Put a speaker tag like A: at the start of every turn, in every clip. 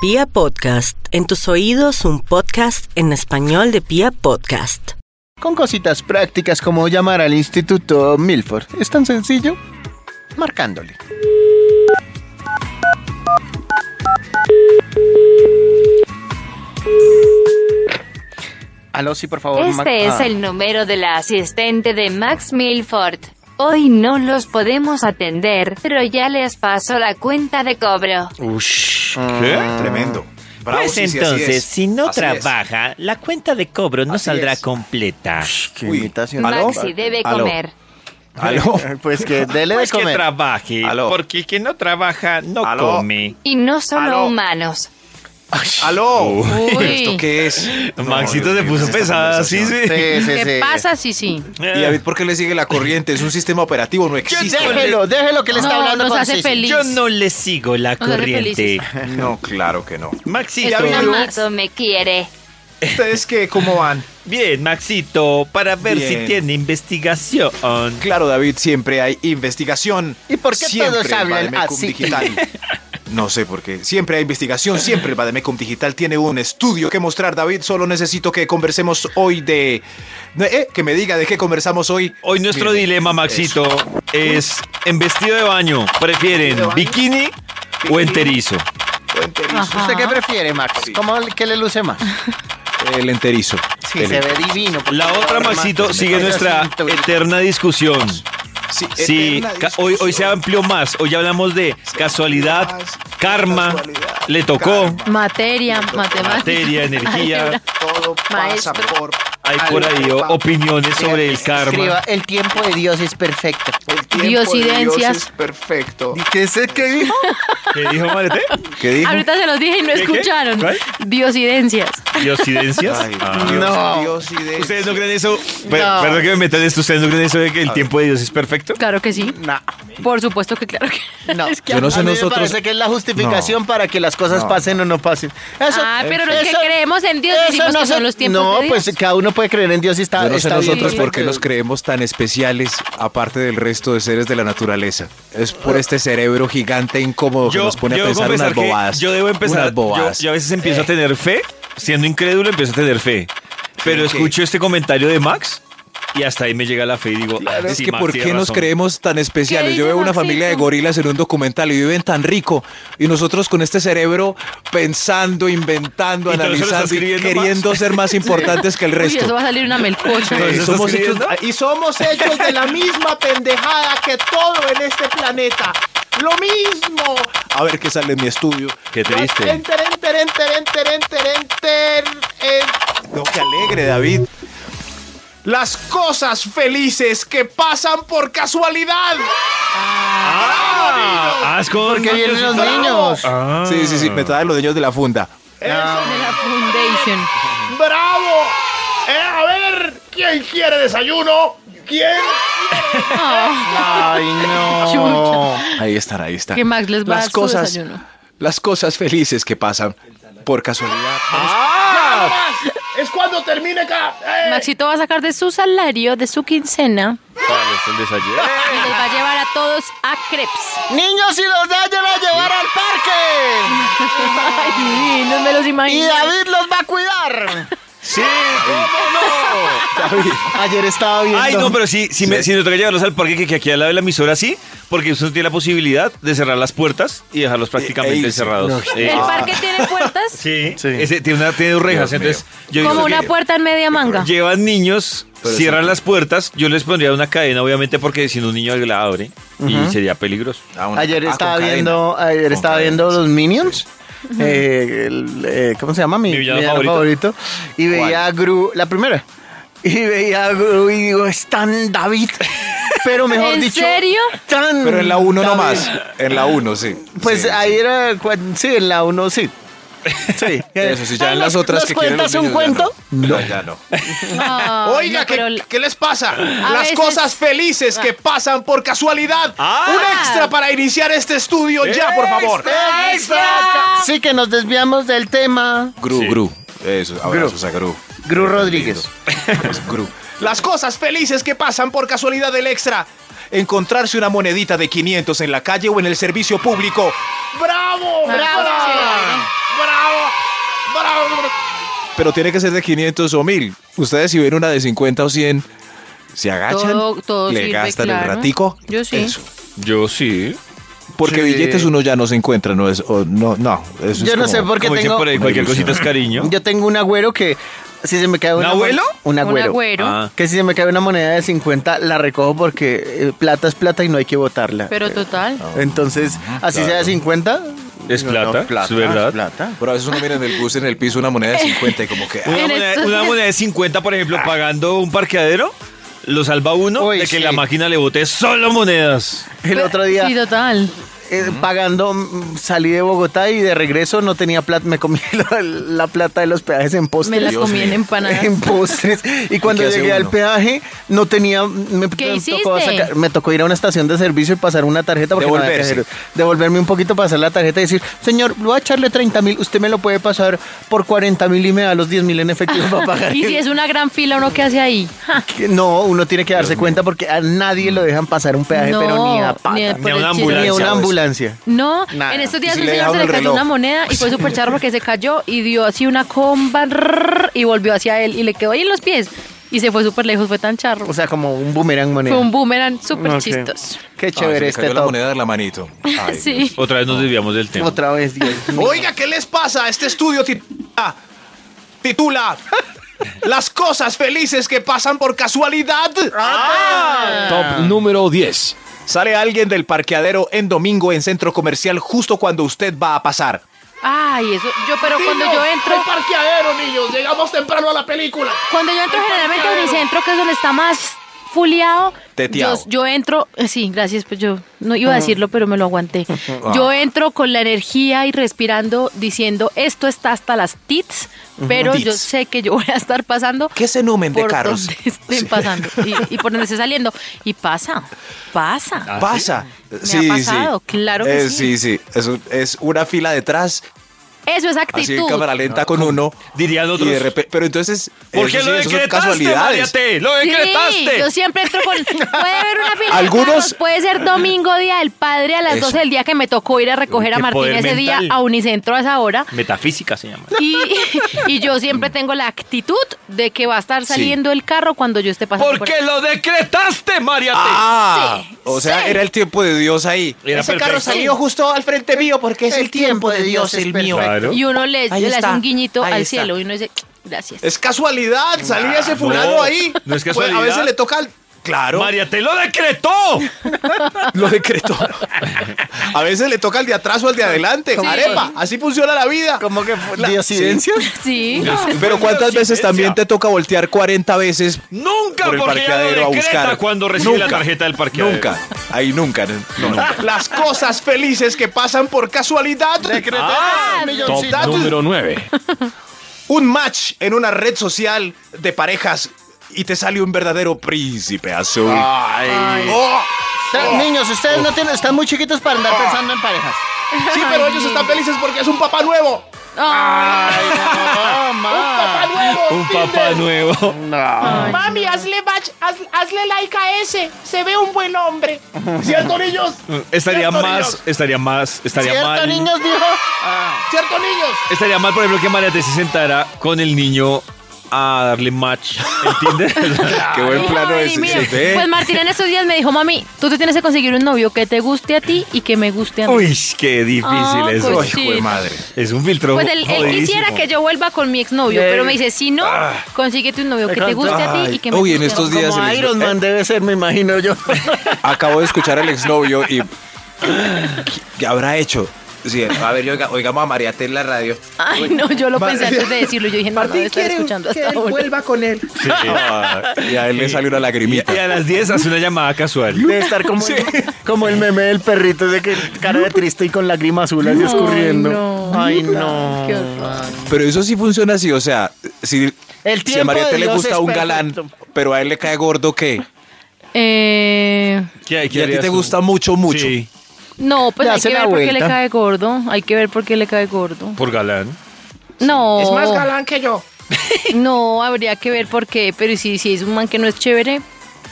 A: Pia Podcast, en tus oídos un podcast en español de Pia Podcast.
B: Con cositas prácticas como llamar al Instituto Milford. Es tan sencillo. Marcándole. Aló, sí, por favor. Mac-
C: Este es
B: ah,
C: el número de la asistente de Max Milford. Hoy no los podemos atender, pero ya les paso la cuenta de cobro.
D: Ush.
E: Tremendo. Bravo,
D: pues
E: sí, sí, así
D: entonces,
E: es.
D: si no
E: Así es.
D: trabaja, la cuenta de cobro no
E: Así
D: saldrá
E: es.
D: completa.
B: Qué
E: Uy.
B: imitación.
C: Maxi debe
E: Aló.
C: comer.
E: Aló.
B: Pues que dele
D: Pues
B: de
D: que
B: comer.
D: trabaje,
E: Aló.
D: porque quien no trabaja no
E: Aló.
D: come.
C: Y no solo
E: Aló.
C: humanos.
E: Aló.
F: Uy.
E: ¿Esto qué es?
D: Maxito se
E: Dios mío,
D: puso
E: esta
D: pesada, sí,
E: conversación.
D: sí.
B: Sí, sí,
F: ¿Qué
B: sí.
F: pasa, Sisi?
E: Y David, ¿por qué le sigue la corriente? Es un sistema operativo,
B: Yo-
E: no existe.
B: Déjelo, déjelo que le está
F: No,
B: hablando
F: nos
B: con
F: hace
B: Sisi.
F: feliz.
D: Yo no le sigo la
F: Nos hace
D: corriente.
F: felices.
E: No, claro que no.
D: Maxito,
F: Es una ma-
C: Todo este me quiere.
E: ¿Ustedes qué? ¿Cómo van?
D: bien, Maxito, para ver si
E: Bien.
D: tiene investigación.
E: Claro, David, siempre hay investigación.
B: ¿Y por qué
E: Siempre
B: todos
E: el
B: hablan
E: Bademecum
B: así?
E: Digital. No sé por qué. Siempre hay investigación, siempre el Bademecum Digital tiene un estudio que mostrar, David. Solo necesito que conversemos hoy de... Eh, que me diga de qué conversamos hoy.
D: Hoy nuestro
E: Miren,
D: dilema, Maxito, es en vestido de baño, ¿prefieren bikini o enterizo?
E: eso. Enterizo.
F: Ajá.
B: ¿Usted qué prefiere, Max?
E: Sí.
B: ¿Cómo que le luce más?
E: El enterizo.
B: Sí,
E: El
B: se ve divino. porque
D: La otra,
B: forma-
D: Maxito,
B: me
D: sigue
B: parece
D: nuestra
B: así, todo-
D: eterna discusión.
E: Sí,
D: Sí,
E: eterna
D: ca- hoy, hoy se
E: discusión.
D: amplió más. Hoy hablamos de casualidad,
E: más,
D: karma,
E: casualidad,
D: le tocó,
E: karma.
F: Materia, matemática.
D: materia, energía.
E: Todo pasa
F: Maestro.
E: por
D: Hay por ahí o- opiniones sobre el karma.
B: Escriba, el tiempo de Dios es perfecto.
E: El tiempo de
F: Diosidencias.
E: Dios es perfecto.
B: ¿Qué es que dijo?
D: ¿Qué dijo Marete?
E: ¿Qué dijo?
F: Ahorita se los dije y no
D: qué?
F: escucharon.
D: ¿Cuál?
F: Diosidencias.
D: ¿Diosidencias? Ah.
B: No.
E: Diosidencias.
D: ¿Ustedes no creen eso? Per-
B: No.
D: Perdón que me metan en esto. ¿Ustedes no creen eso de que el tiempo de Dios es perfecto?
F: Claro que sí.
B: No,
F: Por supuesto que claro que
B: no.
F: Es que
E: Yo no sé
B: A mí
E: nosotros-
B: Me parece que es la justificación para que las cosas pasen o no pasen. Eso,
F: Ah, pero los que
B: eso-
F: creemos en Dios
B: eso
F: decimos
B: no
F: que
B: se-
F: son los tiempos
B: No,
F: de Dios.
B: pues cada uno puede creer en Dios y está.
E: Yo no sé
B: está bien.
E: nosotros
F: Sí.
E: por qué nos creemos tan especiales, aparte del resto de seres de la naturaleza. Es por este cerebro gigante incómodo que nos pone a
D: debo
E: pensar
D: confesar
E: unas
D: que
E: bobadas.
D: Yo debo empezar.
E: Unas bobadas.
D: Yo, yo a veces empiezo a tener fe, siendo incrédulo empiezo a tener fe. Pero
E: Sí,
D: escucho este comentario de Max y hasta ahí me llega la fe y digo, ah,
E: es
D: sí,
E: que
D: Max
E: ¿por
D: tiene
E: qué nos
D: razón.
E: creemos tan especiales?
F: ¿Qué
E: Yo
F: dice
E: veo una
F: Maxito?
E: familia de gorilas en un documental y viven tan rico. Y nosotros con este cerebro pensando, inventando,
D: ¿Y todo eso lo estás
E: analizando y
D: escribiendo,
E: queriendo ser más importantes que el
F: sí. Uy, eso
E: resto.
F: va a salir una melcocha.
D: ¿Todo eso estás
E: somos hechos-
D: escribiendo?
B: Y somos hechos de la misma pendejada que todo en este planeta. Lo mismo.
E: A ver qué sale en mi estudio.
D: Qué triste.
B: Enter, enter, enter, enter, enter, enter. eh,
E: No, qué alegre, David.
G: Las cosas felices que pasan por casualidad.
D: Ah, haz con
B: Porque vienen los niños.
D: Ah.
E: Sí, sí, sí, me trae los niños de la funda.
F: De la Foundation.
G: ¡Bravo! Eh, a ver, ¿quién quiere desayuno? ¿Quién?
B: Ay, no.
E: Ahí están, ahí están.
F: Que Max les va a dar
E: las
F: su
E: cosas,
F: desayuno.
E: Las cosas felices que pasan por casualidad.
G: Es cuando termine acá. Eh,
F: Maxito va a sacar de su salario, de su quincena,
D: ¿Cuál es el desayuno?
F: y les va a llevar a todos a crepes.
B: Niños y los da yo los llevar al parque.
F: Ay, divinos, me los
B: Y
F: imagino.
B: David los va a cuidar.
D: Sí, ¿cómo no?
B: Ayer estaba viendo.
D: Ay, no, pero sí, sí, Me, sí nos toca llevarlos al parque que, que aquí al lado de la emisora sí, porque usted no tiene la posibilidad de cerrar las puertas y dejarlos prácticamente
E: irse.
D: encerrados. Eh,
F: ¿El parque tiene puertas?
D: Sí, Ese tiene, una, tiene dos rejas,
E: Dios
D: entonces yo digo
F: Como
D: que-
F: una puerta en media manga.
D: Llevan niños,
E: Pero
D: cierran
E: sí.
D: las puertas. Yo les pondría una cadena, obviamente, porque si no un niño la abre y sería peligroso.
E: Ah, una- ah,
B: Ayer
E: con
B: estaba
E: cadena.
B: viendo, ayer
E: Con
B: estaba
E: cadena,
B: viendo
E: sí.
B: los Minions. eh, el, eh, ¿Cómo se llama? Mi,
D: Mi villano
B: villano favorito. Y veía a Gru, la primera. Y veía a Gru y digo, es tan David. Pero mejor
F: ¿En
B: dicho.
F: serio?
B: Tan
E: Pero en la 1
B: David.
E: nomás. En la 1, sí.
B: Mm, Pues
E: Sí, sí.
B: ahí era. cuan- Sí, en la 1, sí. Sí.
E: Eso sí, ya
B: Ay,
E: en las
B: ¿nos-
E: otras
B: ¿Nos
E: que quieren
B: cuentas
E: los
B: un
E: niños, ya
B: cuento?
E: No, ya no.
F: Ay,
G: Oiga,
F: no,
G: ¿qué,
F: pero-
G: qué les pasa? Las
F: veces- Ah.
G: cosas felices que pasan por casualidad.
D: Ah.
G: Un extra para iniciar este estudio ya, por favor.
B: Sí, que nos desviamos del tema.
E: Gru, Gru. Eso, abrazos a Gru.
B: Gru Rodríguez.
E: Es Gru.
G: Las cosas felices que pasan por casualidad del extra.
E: Encontrarse una monedita de 500 en la calle o en el servicio público.
G: ¡Bravo!
F: Ah, pues
G: ¡Bravo!
F: chévere.
G: ¡Bravo!
E: Pero tiene que ser de 500 o 1000. Ustedes si ven una de 50 o 100, se agachan,
F: Todo- todo
E: le
F: sirve,
E: gastan el
F: claro.
E: ratico.
F: Yo sí.
E: Eso.
D: Yo sí.
E: Porque
B: Sí.
E: billetes uno ya no se encuentra, no es, o no, no. eso
B: Yo
E: es
B: no
E: como-
B: sé por qué
D: Como dicen
B: tengo.
D: por ahí, cualquier cosita es cariño.
B: Yo tengo un agüero que si se me cae
D: ¿Un
B: una
D: abuelo?
B: mon- Un agüero.
F: Un agüero.
D: Ah.
B: Que si se me cae una moneda de 50 la recojo porque eh, plata es plata y no hay que botarla.
F: Pero total.
B: Entonces, así sea de 50.
D: Ah, Es plata, es verdad.
G: Ah.
B: plata.
E: Pero a veces uno mira en el bus, en el piso, una moneda de 50 y como que...
D: Una
F: En
D: moneda,
F: estos
D: una
F: días-
D: moneda de 50, por ejemplo, pagando un parqueadero, lo salva uno
B: Uy,
D: de que
B: sí.
D: la máquina le bote solo monedas.
B: El otro día,
F: Sí, total.
B: eh, pagando, mm, salí de Bogotá y de regreso no tenía plata. Me comí la, la plata de los peajes en
F: Me
B: postres.
F: las
E: Dios
F: comí en
E: mío.
F: empanadas.
B: en postres. Y cuando
E: qué hace
B: llegué al
E: uno?
B: peaje, no tenía. Me, me
F: ¿Qué
B: tocó
F: hiciste?
B: sacar- me tocó ir a una estación de servicio y pasar una tarjeta. Porque no había
E: Devolverse.
B: cajero. Devolverme un poquito, pasar la tarjeta y decir: Señor, voy a echarle 30 mil. Usted me lo puede pasar por 40 mil y me da los 10 mil en efectivo para pagar.
F: Y si es una gran fila, ¿uno qué hace ahí? Ja,
B: Que No, uno tiene que darse cuenta porque a nadie lo dejan pasar un peaje,
F: No,
B: pero ni a pata.
F: ni a-
B: Ni
F: por
D: una
F: el chiste.
D: ambulancia.
B: a una
E: pues.
B: ambulancia.
F: No,
B: Nada.
F: en estos
E: ¿Y
F: días
E: si
F: un
E: le
F: señor se
E: dejaron
F: le
E: el
F: cayó
E: reloj?
F: una moneda y fue súper charro porque se cayó y dio así una comba rrr, y volvió hacia él y le quedó ahí en los pies y se fue súper lejos, fue tan charro.
B: O sea, como un boomerang moneda.
F: fue un boomerang súper
B: Ok.
F: chistoso.
B: Qué
E: Ah, se le
B: chévere
E: cayó
B: este
E: la
B: top.
E: moneda de la manito. Ay,
F: sí.
D: Otra vez nos desviamos del tema.
B: Otra vez, Dios mío.
E: Oiga, ¿qué les pasa? Este estudio titula, titula Las cosas felices que pasan por casualidad.
F: Ah.
H: Top número 10.
E: Sale alguien del parqueadero en domingo en centro comercial justo cuando usted va a pasar.
F: Ay, eso. Yo, pero cuando
G: Niños,
F: yo entro,
G: El parqueadero, niños. Llegamos temprano a la película.
F: cuando yo entro generalmente a mi centro, que es donde está más fuleado, yo,
E: Teteado.
F: yo entro, eh, sí, gracias, pues yo no iba a decirlo, pero me lo aguanté. Yo
E: Ah.
F: entro con la energía y respirando, diciendo, esto está hasta las tits, pero yo
E: Tits.
F: sé que yo voy a estar pasando
E: ¿Qué se numen de
F: por
E: carros?
F: donde estén pasando y, y por donde esté saliendo. Y pasa, pasa.
E: Ah. Pasa.
F: Me ha pasado, claro que
E: Eh, Sí,
F: sí.
E: sí. Es, un- es una fila detrás,
F: Eso
E: así
F: es
E: en
F: actitud.
E: cámara lenta con uno.
D: Dirían
E: Y
D: otros.
E: de repe- pero entonces.
D: ¿Por
E: eso
D: qué
E: sí,
D: lo
E: eso son
D: decretaste, Mariate? ¡Lo
F: Sí,
D: decretaste!
F: yo siempre entro con. Puede haber una fila. de
E: Algunos-
F: carros, Puede ser domingo, día del padre, a las
E: Eso.
F: 12 del día que me tocó ir a recoger a
D: Qué
F: Martín
D: poder
F: ese día
D: mental.
F: a Unicentro a esa hora.
D: Metafísica se llama.
F: Y, y yo siempre tengo la actitud de que va a estar saliendo el carro cuando yo esté pasando.
D: ¿Por qué lo decretaste, Mariate?
E: Ah,
F: Sí,
E: o sea,
F: sí.
E: era el tiempo de Dios ahí.
D: Era Ese carro perfecto. salió
E: justo al frente mío porque
B: El tiempo de Dios es
D: Claro.
F: Y uno le,
E: Ahí
F: le hace
E: está,
F: un guiñito
E: ahí
F: al
E: está.
F: cielo y uno dice, gracias.
E: Es casualidad, salía ese fulano
D: no,
E: ahí.
D: no es
E: Pues,
D: casualidad.
E: a veces le toca al... Claro,
D: Mariate lo decretó.
E: lo decretó. a veces le toca al de atrás o al de adelante. Arepa, así funciona la vida.
B: ¿Cómo que fue?
E: La-
B: ¿Diosidencia?
F: Sí.
E: Pero ¿cuántas veces también te toca voltear 40 veces?
D: Nunca
E: Por el
D: porque ella
E: parqueadero
D: lo
E: a
D: decreta
E: buscar.
D: cuando recibe la
E: Nunca.
D: tarjeta del parqueadero.
E: Nunca, ahí nunca. no, no, nunca.
G: Las cosas felices que pasan por casualidad.
D: Ah,
H: Top número 9.
E: un match en una red social de parejas y te sale un verdadero príncipe azul. Oh,
B: Ustedes, Niños, ustedes no tienen, están muy chiquitos para andar pensando en parejas.
G: Sí, pero ellos están felices porque es un papá nuevo.
E: Ah,
G: Papá nuevo.
D: un papá nuevo.
I: Mami, hazle match, haz- hazle like a ese. Se ve un buen hombre.
G: ¿Cierto, niños?
D: Mm, Estaría
G: ¿Cierto,
D: más,
G: niños?
D: estaría más, estaría
B: ¿Cierto,
D: mal.
B: niños, dijo?
G: ¿Cierto, niños?
D: Estaría mal, por ejemplo, que Mariate se sentara con el niño a darle match. ¿Entiendes?
E: qué buen plano
F: Ay,
E: ese.
F: mira.
E: Se ve.
F: Pues Martín en estos días me dijo, mami, tú te tienes que conseguir un novio que te guste a ti y que me guste a mí.
D: Uy, qué difícil
F: Ah,
D: eso.
E: Ay,
F: pues-
E: hijo de madre.
D: Es un filtro.
F: Pues él, él quisiera que yo vuelva con mi exnovio,
B: Ey.
F: pero me dice, si no, consíguete un novio que te guste a ti y que me
E: Uy,
F: guste
E: en
F: a
E: estos
F: mí".
E: días
B: Como
E: el
B: Iron
E: ex-
B: Man debe ser, me imagino yo.
E: acabo de escuchar al exnovio y ¿Qué- ¿qué habrá hecho? Sí, a ver, oiga, oigamos a Mariate en la radio.
F: Ay, no, yo lo pensé antes de decirlo. Yo dije, no, no debe estar escuchando hasta ahora.
B: con él.
E: Ah, y a él le sale una lagrimita.
D: Y a las 10 hace una llamada casual.
B: Debe estar como, como el meme del perrito, de que cara de triste y con lágrima azul así escurriendo.
F: no.
B: Ay, no.
F: Qué horror.
E: Pero eso sí funciona así, o sea, si,
B: El
E: si a
B: tiempo
E: Mariate
B: de
E: le
B: Dios
E: gusta
B: es
E: un galán,
B: perfecto.
E: pero a él le cae gordo, ¿qué?
F: Eh,
D: ¿Qué,
E: Y a ti
D: harías
E: te
D: tú?
E: gusta mucho, mucho.
D: Sí,
F: no, pues
B: Le
F: hay
B: hace
F: que
B: la
F: ver por qué le
B: vuelta.
F: cae gordo. Hay que ver por qué le cae gordo.
D: por galán.
F: No.
I: Es
G: Oh.
I: más galán que yo.
F: No, habría que ver por qué. Pero si, si es un man que no es chévere,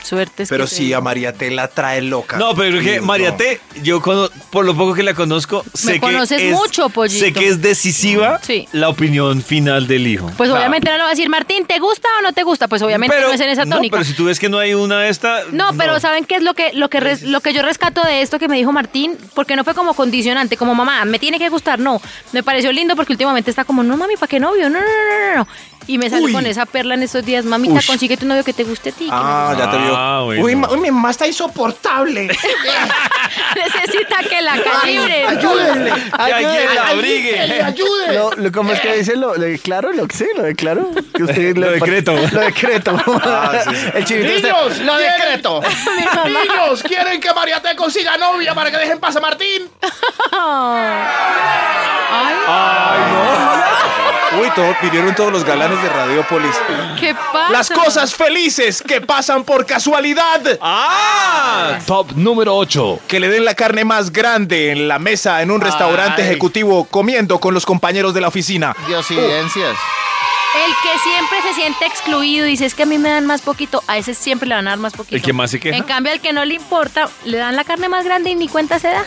F: Suerte es
E: Pero
F: que
E: sí,
F: te-
E: a María T la trae loca.
D: No, pero creo que
E: Sí,
D: María
E: no.
D: T, yo cono- por lo poco que la conozco, sé que
F: conoces
D: es,
F: mucho, pollito.
D: Sé que es decisiva
F: Sí.
D: la opinión final del hijo.
F: Pues obviamente no le va a decir, Martín, ¿te gusta o no te gusta? Pues obviamente no es en esa
D: no, ah,
F: tónica.
D: pero si tú ves que no hay una de esta,
F: No, pero ¿saben qué es lo que, lo, que res- lo que yo rescato de esto que me dijo Martín? Porque no fue como condicionante, como mamá, me tiene que gustar, no. Me pareció lindo porque últimamente está como, no mami, ¿para qué novio? No, no, no, no, no. Y me sale
E: Uy.
F: con esa perla en estos días, mamita,
E: Ush.
F: consigue tu novio que te guste a ti. que
E: Ah, ya te vio.
D: Ah, bueno.
G: Uy, ma- uy, mi mamá está insoportable.
F: no- Necesita que la calibre.
B: Ayúdenle.
D: alguien la abrigue.
G: Que le ayude.
B: Lo, lo- ¿Cómo es que dice? Lo, lo declaro, lo que sí, lo declaro. Que usted
D: Lo decreto.
B: Lo decreto.
E: Ah, sí, sí.
B: El chivito este. está-
G: Niños, lo decreto. Niños, quieren que María te consiga novia para que dejen pasar a Martín.
E: Uy, todo, vinieron todos los galanes de Radiopolis.
F: ¿Qué pasa?
E: Las cosas felices que pasan por casualidad.
D: Ah,
H: Top número 8.
E: Que le den la carne más grande en la mesa en un restaurante
G: Ay.
E: ejecutivo comiendo con los compañeros de la oficina.
B: Diosidencias.
F: El que siempre se siente excluido y dice, es que a mí me dan más poquito, a ese siempre le van a dar más poquito.
D: El que más se queja.
F: En cambio, al que no le importa, le dan la carne más grande y ni cuenta se da.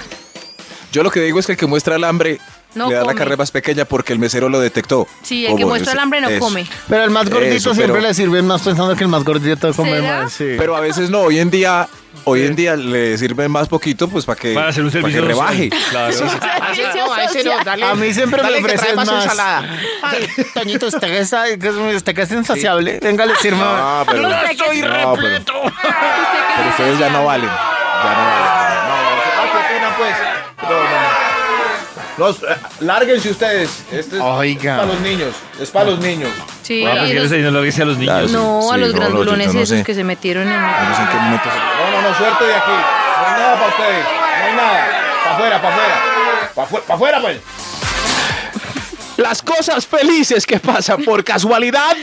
E: Yo lo que digo es que el que muestra el hambre
F: No
E: le da la
F: come.
E: carne más pequeña porque el mesero lo detectó.
F: Sí, el que
E: Como
F: muestra el
E: Oh, ese-
F: hambre no
E: eso.
F: come.
B: Pero al más
E: Eso,
B: gordito siempre
E: pero-
B: le sirven más pensando que el más gordito come
F: ¿Será?
B: más. Sí.
E: Pero a veces no, hoy en día, hoy en día le sirve más poquito pues para que,
D: para hacer un
E: pa' que
D: servicio
E: rebaje.
D: social. Claro.
B: Ah,
G: Así
F: Servicio
G: no, a ese no,
F: social.
G: dale.
B: a mí siempre
G: dale
B: me
G: que trae
B: ofrecen
G: más
B: más.
G: ensalada.
B: Ay, Toñito, usted que está, que es- usted que es insaciable. Venga, le sirvo.
E: Ah, pero,
F: Yo estoy
E: No, pero- pero ustedes ya no valen. Ya no valen. No, no, no. Ah, ¿qué opinan, pues? No, no, no. Los- eh, lárguense ustedes. Este es
B: Oiga.
E: para los niños. Es para los niños.
F: Sí,
D: Bueno, pues, ¿por qué
F: los-
D: les- no lo dice a los niños.
F: no,
E: Sí,
F: a los
E: no,
F: grandulones
E: yo no
F: esos
E: sé.
F: que se metieron en...
E: Yo no sé en qué momento se- No, no, no, suerte de aquí. No hay nada para ustedes. No hay nada. Para afuera, para afuera.
G: Pa' afuera, pa' afuera, pues.
E: Las cosas felices que pasan por casualidad.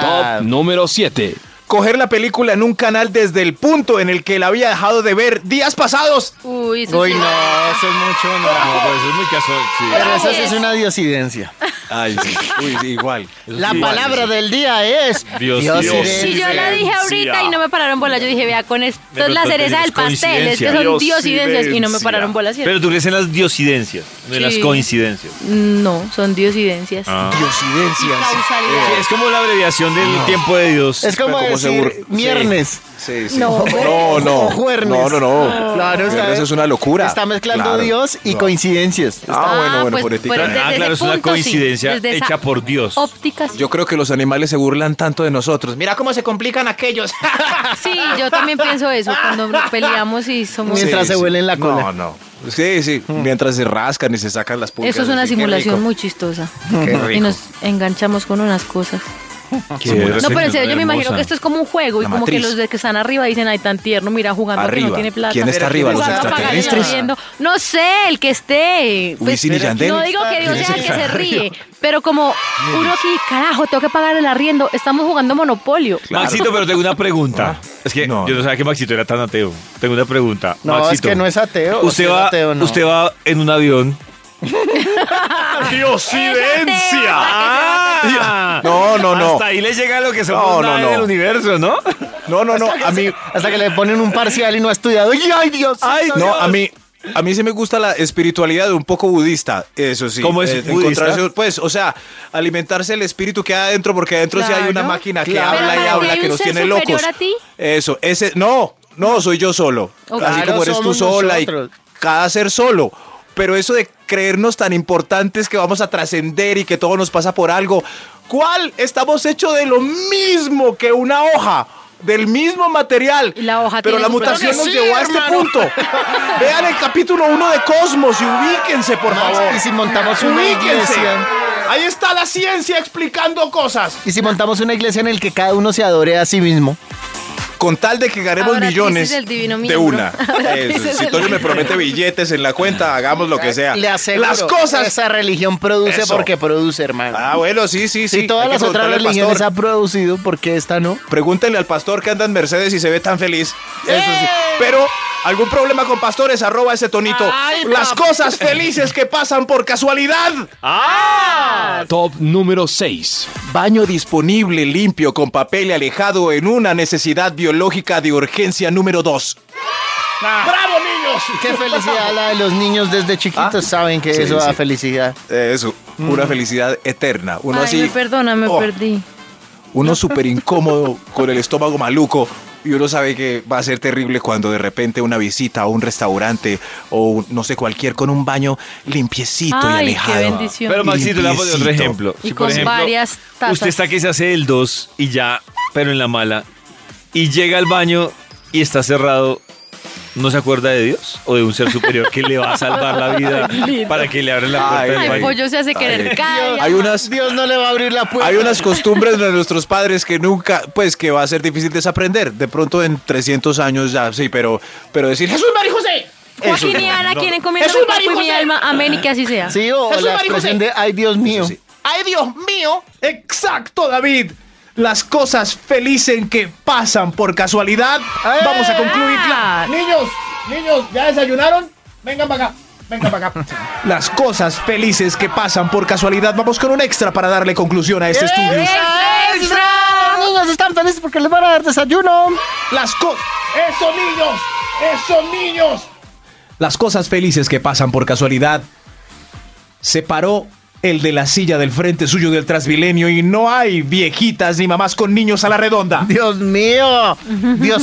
H: Top número 7.
E: Coger la película en un canal desde el punto en el que la había dejado de ver días pasados.
F: Uy, eso
B: Uy,
F: sí.
B: no, eso es mucho. No.
D: Pues eso es muy casual, sí.
B: Pero eso sí es una diosidencia.
E: Ay, sí. Uy, sí, igual.
B: La palabra del día es
D: Dios-
B: diosidencia.
F: Si yo la dije ahorita y no me pararon bola, yo dije, vea, con esto es la
D: pronto
F: cereza del
D: tenemos
F: pastel, es que
D: coincidencia.
F: son diosidencias y no me pararon bola. ¿cierto?
D: Pero tú crees en las diosidencias, no en las
F: Sí.
D: coincidencias.
F: No, son diosidencias.
E: Diosidencias.
F: Causalidad.
D: Sí, es como la abreviación del tiempo de Dios.
B: Es como
E: Pero como seguro.
B: decir viernes.
E: Sí, sí.
B: No,
E: no, no.
B: o juernes.
E: No, no, no.
B: Claro,
E: Viernes
B: ¿sabes?
E: es una locura.
B: Está mezclando
E: Claro.
B: Dios y pues
E: No.
B: coincidencias.
E: Ah, bueno, bueno, por ética.
F: pero desde
D: Ah,
F: ese
D: claro, es una
F: punto, sí.
D: coincidencia
F: Desde esa
D: hecha por Dios.
F: Óptica. sí.
E: Yo creo que los animales se burlan tanto de nosotros. Mira,
G: Mira cómo se complican aquellos.
F: Sí, yo también pienso eso, cuando nos peleamos y somos...
B: Sí. Mientras se huelen la cola. Hmm.
E: No, no. Sí, sí. Mientras se rascan y se sacan las pulgas.
F: Eso es una
E: así, qué
F: simulación
E: rico.
F: muy chistosa.
E: Qué
F: Y
E: rico.
F: nos enganchamos con unas cosas.
D: Qué
F: No, pero en serio, yo me
D: hermosa.
F: imagino que esto es como un juego y
E: La
F: como que
E: matriz.
F: los de que están arriba dicen, ay, tan tierno, mira, jugando a que no
E: Arriba.
F: tiene plata.
E: ¿Quién está
F: Pero
E: arriba? ¿Los
F: jugando a pagar y
E: extraterrestres?
F: abriendo. No sé, el que esté. pues,
E: Wisin y Yandel.
F: no digo que Dios
E: ¿Quién
F: sea
E: es
F: el
E: el
F: que se
E: que
F: ríe, pero como uno aquí, carajo, tengo que pagar el arriendo, estamos jugando Monopolio.
E: Claro. Ah.
D: Maxito, pero tengo una pregunta. Es que
E: No.
D: yo no sabía que Maxito era tan ateo. Tengo una pregunta.
B: No, es
D: Maxito,
B: que no es ateo, sí
D: Usted
B: es
D: va,
B: ateo, no.
D: usted va en un avión. ¡Ah!
E: No, no, no.
D: Hasta ahí le llega lo que somos
E: No,
D: una
E: no,
D: vez
E: no.
D: del universo, ¿no?
E: No, no, no. A mí,
B: Hasta que le ponen un parcial y no ha estudiado. ¡Y, ¡Ay, Dios!
D: Ay,
E: no, a mí. A mí sí me gusta la espiritualidad un poco budista, eso sí.
D: ¿Cómo es budista?
E: encontrarse- Pues, o sea, alimentarse el espíritu que hay adentro, porque adentro sí hay una
F: Claro.
E: máquina que
B: Claro.
E: habla
F: Pero
E: y
F: ¿hay
E: habla,
F: un
E: que nos
F: ser
E: tiene
F: superior
E: locos.
F: a ti?
E: Eso, ese, no, no, soy yo solo.
F: Ok.
E: Así
B: Claro,
E: como eres tú
B: somos
E: sola
B: nosotros.
E: y cada ser solo. Pero eso de creernos tan importantes que vamos a trascender y que todo nos pasa por algo, ¿cuál? Estamos hechos de lo mismo que una hoja. Del mismo material.
F: Y la hoja
E: Pero
F: tiene
E: la
F: su propio-
E: mutación nos
F: Sí,
E: llevó a este punto. Vean el capítulo 1 de Cosmos y ubíquense, por
B: Max,
E: favor.
B: y si montamos una
E: Ubíquense.
B: iglesia.
G: Ahí está la ciencia explicando cosas.
B: Y si montamos una iglesia en el que cada uno se adore a sí mismo.
E: Con tal de que ganemos
F: Ahora,
E: millones
F: crisis del divino
E: de
F: miembro.
E: una.
F: Ahora,
E: Eso,
F: crisis
E: si
F: del
E: Toño me
F: divino.
E: promete billetes en la cuenta, hagamos lo que sea.
B: Le aseguro,
E: Ah, Las cosas.
B: Esa religión produce
E: Eso.
B: porque produce, hermano.
E: Ah, bueno, sí, sí, sí.
B: si todas
E: Hay que
B: las otras
E: preguntarle al
B: religiones
E: pastor.
B: han producido, ¿por qué esta no?
F: ¡Eh!
E: Pregúntenle al pastor que anda en Mercedes y se ve tan feliz. Eso sí. Pero ¿Algún problema con pastores? Arroba ese tonito.
G: Ay,
E: Las
G: papá.
E: cosas felices que pasan por casualidad.
F: Ah.
H: Top número 6.
E: Baño disponible, limpio, con papel y alejado en una necesidad biológica de urgencia número 2.
G: ¡Bravo, niños!
B: Qué felicidad la de los niños desde chiquitos.
E: Ah,
B: Saben que
E: sí,
B: eso da
E: sí.
B: felicidad.
E: Eso, una felicidad eterna. Uno
F: Ay,
E: así.
F: me perdona, me
E: Oh.
F: perdí.
E: uno súper incómodo con el estómago maluco y uno sabe que va a ser terrible cuando de repente una visita a un restaurante o un- no sé cualquier con un baño limpiecito y
F: Ay, qué
E: alejado.
F: bendición.
D: Pero Maxito, le voy a poner otro
E: Limpiecito.
D: ejemplo.
F: Y con varias tazas.
D: Usted está que se hace el 2 y ya, pero en la mala. Y llega al baño y está cerrado. ¿No se acuerda de Dios o de un ser superior que le va a salvar la vida para que le abra la puerta
E: Ay,
D: del
F: Ay,
D: baño?
F: pollo se hace querer
E: Ay.
F: cada día
E: Hay
F: más.
E: unas
B: Dios no le va a abrir la puerta.
E: hay unas costumbres de nuestros padres que nunca, pues que va a ser difícil desaprender. De pronto en 300 años ya, sí, pero, pero decir Jesús.
G: ¡Jesús, María José!
F: Joaquín y Ana quieren comer
G: Jesús,
F: mi cuerpo y
G: María
F: mi
G: José.
F: alma. Amén y
E: Ah.
F: que así sea.
B: Sí, o
G: Jesús,
B: la
G: María
B: expresión
G: José.
B: de ay Dios mío.
E: sí.
G: ¡Ay, Dios mío!
E: Exacto, David. Las cosas felices que pasan por casualidad. Vamos a concluir
F: Eh.
G: Niños, niños, ¿ya desayunaron? Vengan para acá. Vengan para acá.
E: Las cosas felices que pasan por casualidad. Vamos con un extra para darle conclusión a este
F: Eh,
E: estudio.
B: Los niños están felices porque les van a dar desayuno.
E: Las, co-
G: ¡Eso, niños! ¡Eso, niños!
E: las cosas felices que pasan por casualidad. Se paró el de la silla del frente suyo del Transmilenio y no hay viejitas ni mamás con niños a la redonda.
B: Dios mío.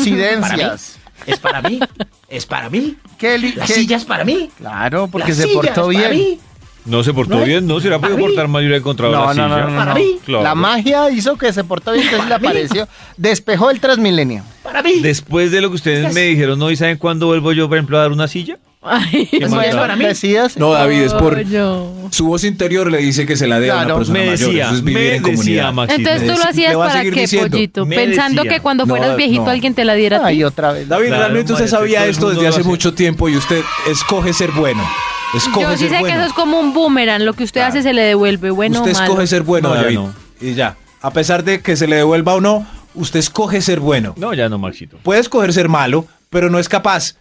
B: Diosidencias.
J: Es para mí. Es para mí.
B: ¿Qué li-
J: La
B: qué-
J: silla es para mí.
B: Claro, porque
J: La
B: se
J: silla
B: portó
J: es para
B: bien.
J: mí.
D: No se portó
J: No,
D: bien, no se la
J: para
D: podido
J: mí.
D: portar mal y hubiera encontrado
B: No,
D: la
B: no,
D: silla.
B: no, no,
J: Para
B: no.
J: mí.
D: Claro.
B: La magia hizo que se portó bien, entonces le apareció. Despejó el Transmilenio.
J: Para mí.
D: Después de lo que ustedes me dijeron, ¿no? ¿Y saben cuándo vuelvo yo, por ejemplo, a dar una silla?
F: Ay,
D: Qué maldad.
J: Pues para mí.
B: Decidas.
E: David, es
F: no.
E: su voz interior le dice que se la dé
B: Claro,
D: Me decía, me decía, Maxito.
F: Entonces tú
E: decí-
F: lo hacías
E: me va a
F: para
E: seguir
F: qué,
E: diciendo.
F: pollito.
D: Me
F: Pensando
D: decía.
F: que cuando
E: No,
F: fueras
E: David,
F: viejito
E: no.
F: alguien te la diera a ti.
B: Ay, otra vez.
E: David,
D: Claro,
E: realmente usted
D: María,
E: sabía
D: todo el
E: esto
D: mundo
E: desde
D: lo
E: hace
D: hace.
E: mucho tiempo y usted escoge ser bueno. Escoge
F: Yo sí
E: ser
F: sé que
E: bueno.
F: eso es como un boomerang. Lo que usted hace se le devuelve. Bueno,
E: usted
F: o malo.
E: escoge ser bueno,
D: No, ya
E: David.
D: no.
E: Y ya. A pesar de que se le devuelva o no, usted escoge ser bueno.
D: No, ya no, Maxito.
E: Puede escoger ser malo, pero no es capaz.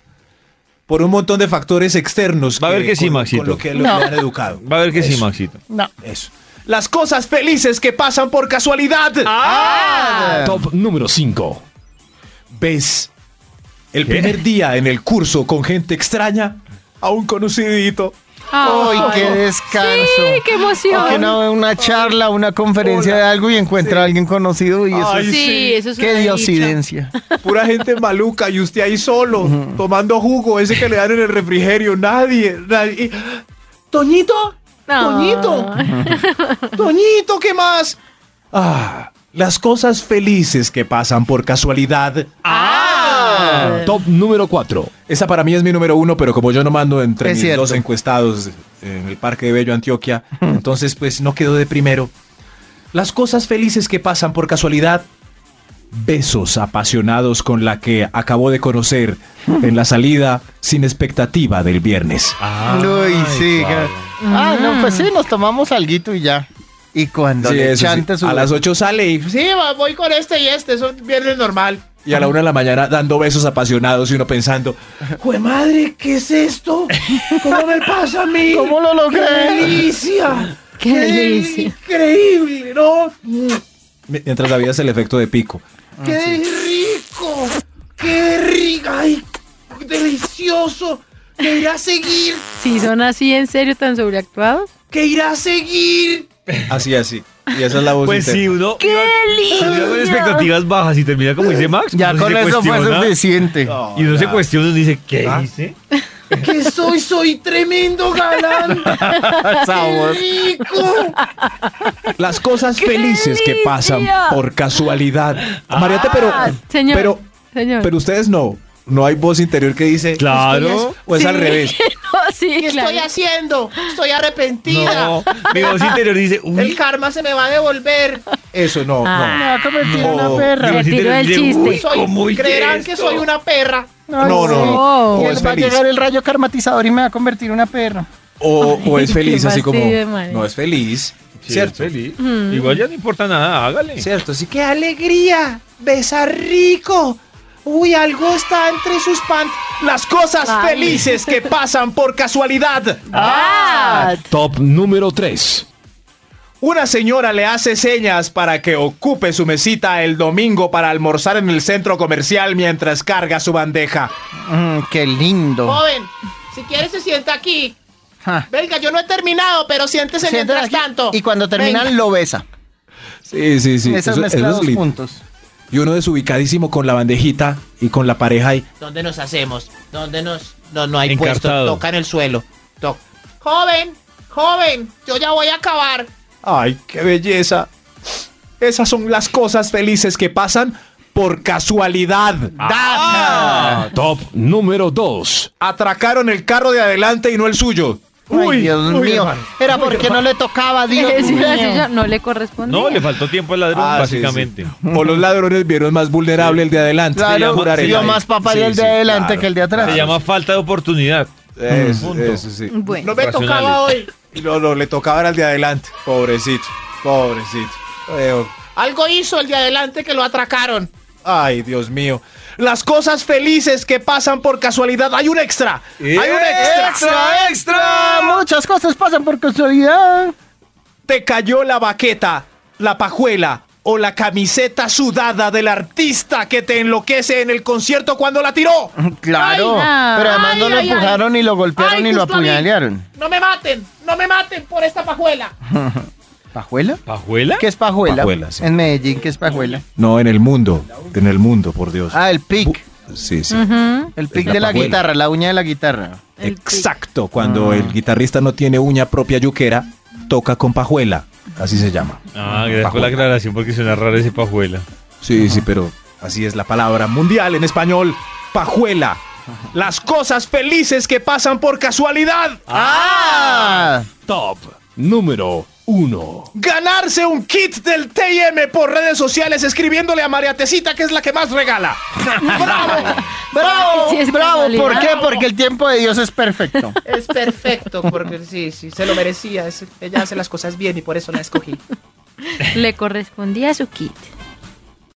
E: Por un montón de factores externos.
D: Va a ver que sí,
E: con-
D: Maxito.
E: Con lo que lo
F: No.
E: que han educado.
D: Va a ver que sí,
E: Eso,
D: Maxito.
E: Eso. Las cosas felices que pasan por casualidad.
D: Ah.
F: Ah.
H: Top número 5.
E: ¿Ves? El
D: ¿Qué?
E: primer día en el curso con gente extraña, a un conocidito.
B: Ay, qué descanso.
F: Sí, qué emoción.
B: O que no ve una charla, una conferencia de algo y encuentra a alguien conocido y eso
E: Ay,
B: es...
F: Sí,
E: sí.
F: eso es
B: Qué
F: una dicha.
B: diosidencia.
E: Pura gente maluca y usted ahí solo, tomando jugo, ese que le dan en el refrigerio. Nadie, nadie. Y- Toñito,
F: Ay.
E: Toñito, Toñito, ¿qué más? Ah, las cosas felices que pasan por casualidad.
B: Ah.
H: Top número 4.
E: Esa para mí es mi número uno, pero como yo no mando entre
B: Es
E: mis
B: cierto.
E: dos encuestados en el Parque de Bello Antioquia, entonces pues no quedó de primero. Las cosas felices que pasan por casualidad. Besos apasionados con la que acabó de conocer en la salida sin expectativa del viernes.
D: Ah,
B: Uy, sí. que- Ah, no, pues sí, nos tomamos alguito y ya. Y cuando
E: Sí,
B: le
E: eso sí.
B: chante su...
E: A las 8 sale y, pues,
G: Sí, va, voy con este y este, eso viene normal.
E: y a la 1 de la mañana dando besos apasionados y uno pensando, ¡Jue madre, qué es esto! ¿Cómo me pasa a mí?
B: ¿Cómo lo
E: ¡Qué
B: logré?
E: delicia!
F: Qué delicia.
E: ¡Increíble, ¿no? Mientras David hace el efecto de pico.
G: ¡Qué rico! ¡Qué rico! ¡Ay, delicioso! ¡Que irá a seguir!
F: Si son así, en serio, tan sobreactuados.
G: ¡Que irá a seguir!
E: Así, así. Y esa es la voz.
D: Pues sí,
E: interna.
D: uno. ¡Qué lindo! Con expectativas bajas y termina como dice Max.
B: Ya
D: uno Pues sí
B: con
D: se
B: eso fue
D: cuestiona,
B: suficiente.
D: Y uno se cuestiona y dice, ¿qué
E: Ah.
D: hice?
G: ¡Que soy, soy tremendo galán! ¡Qué rico!
E: Las cosas felices que pasan
F: delicia!
E: por casualidad. Mariate, pero.
F: Señor.
E: Pero,
F: señor.
E: pero ustedes no. No hay voz interior que dice.
D: Claro.
E: O es al
F: Sí.
E: revés.
F: No, sí,
G: ¿Qué
F: claro.
G: estoy haciendo? Estoy arrepentida.
D: No. Mi voz interior dice,
G: El
D: uy.
G: karma se me va a devolver.
E: Eso no.
F: Ah.
B: Ah, convertido en
E: No.
B: una
D: Mi
B: perra.
D: voz
F: Me tiró
D: interior
F: el
D: dice,
F: chiste.
J: Pues,
D: uy,
G: Soy-
D: ¿cómo hice
G: creerán que
D: esto?
G: soy una perra.
E: No, no, no.
F: no.
B: Y
E: O
B: él
E: es
B: va a
E: feliz.
B: llegar el rayo karmatizador y me va a convertir en una perra.
E: O, o es
F: Ay,
E: feliz,
F: qué
E: así como.
F: fastidio, María.
E: No es feliz.
D: Sí,
E: Cierto.
D: feliz.
F: Mm.
D: Igual ya no importa nada, hágale.
E: Cierto, sí.
G: ¡Qué alegría! ¡Besar rico!
E: Uy, algo está entre sus pants. Las cosas
F: Ay.
E: felices que pasan por casualidad.
F: Ah.
H: Top número 3.
E: Una señora le hace señas para que ocupe su mesita el domingo para almorzar en el centro comercial mientras carga su bandeja.
B: Mm, qué lindo.
I: Joven, si quiere se sienta aquí.
B: Ja.
I: Venga, yo no he terminado, pero siéntese
B: Siéntate
I: mientras
B: aquí
I: tanto.
B: Y cuando terminan
I: Venga.
B: lo besa.
E: Sí, sí, sí.
B: Esas mezclas dos puntos.
E: Y uno desubicadísimo con la bandejita y con la pareja ahí.
J: ¿Dónde nos hacemos? ¿Dónde nos.? No, no hay
D: Encartado.
J: puesto. Toca en el suelo. Toc.
I: Joven, joven, yo ya voy a acabar.
E: Ay, qué belleza. Esas son las cosas felices que pasan por casualidad. Ah.
H: Top número 2.
E: Atracaron el carro de adelante y no el suyo.
B: Ay, Dios mío. Era porque no le tocaba, Dios
F: Sí,
B: mío.
F: sí, yo- no le corresponde.
D: No, le faltó tiempo al ladrón,
E: Ah, sí,
D: básicamente.
E: O los ladrones vieron más vulnerable el de adelante.
D: Se
B: Claro,
D: llama-
E: Jurar
D: se
E: el
B: dio
E: aire.
B: más papaya
E: Sí,
B: el de
E: sí,
B: adelante
E: claro.
B: que el de atrás.
D: Se llama falta de oportunidad.
E: Eso,
D: Punto.
E: eso, sí.
F: Bueno.
I: No me
D: Racionales.
I: tocaba hoy.
E: No, no, le tocaba era al de adelante. Pobrecito, pobrecito. Eh,
I: Algo hizo el de adelante que lo atracaron.
E: Ay, Dios mío. Las cosas felices que pasan por casualidad. Hay un extra. Hay
D: ¡Eh,
E: un extra.
B: extra, extra. Muchas cosas pasan por casualidad.
E: Te cayó la baqueta, la pajuela o la camiseta sudada del artista que te enloquece en el concierto cuando la tiró.
B: Claro.
F: Ay, ah.
B: pero además no
I: Ay,
B: lo
I: ay, ay.
B: empujaron y lo golpearon
I: Ay,
B: y lo
I: justo a mí.
B: apuñalearon.
I: No me maten, no me maten por esta pajuela.
B: ¿Pajuela?
D: ¿Pajuela?
B: ¿Qué es pajuela?
E: Pajuela, sí.
B: En Medellín, ¿qué es pajuela?
E: No, en el mundo. En el mundo, por Dios.
B: Ah, el pic.
E: Sí, sí.
B: El pic
E: la
B: de la
E: pajuela.
B: guitarra, la uña de la guitarra.
E: Exacto. Cuando el guitarrista no tiene uña propia yuquera, toca con pajuela. Así se llama.
D: Ah, gracias por la
E: Pajuela.
D: aclaración porque suena raro ese pajuela.
E: Sí, sí, pero así es la palabra mundial en español. Pajuela. Las cosas felices que pasan por casualidad.
B: ¡Ah!
H: Top número 1.
E: Ganarse un kit del TM por redes sociales escribiéndole a Mariatecita, que es la que más regala. ¡Bravo!
B: ¡Bravo!
F: Sí, es
B: ¡Bravo! ¿Por
F: casualidad.
B: qué? Porque el tiempo de Dios es perfecto.
I: Es perfecto, porque sí, sí, se lo merecía. es- ella hace las cosas bien y por eso la escogí.
F: Le correspondía a su kit.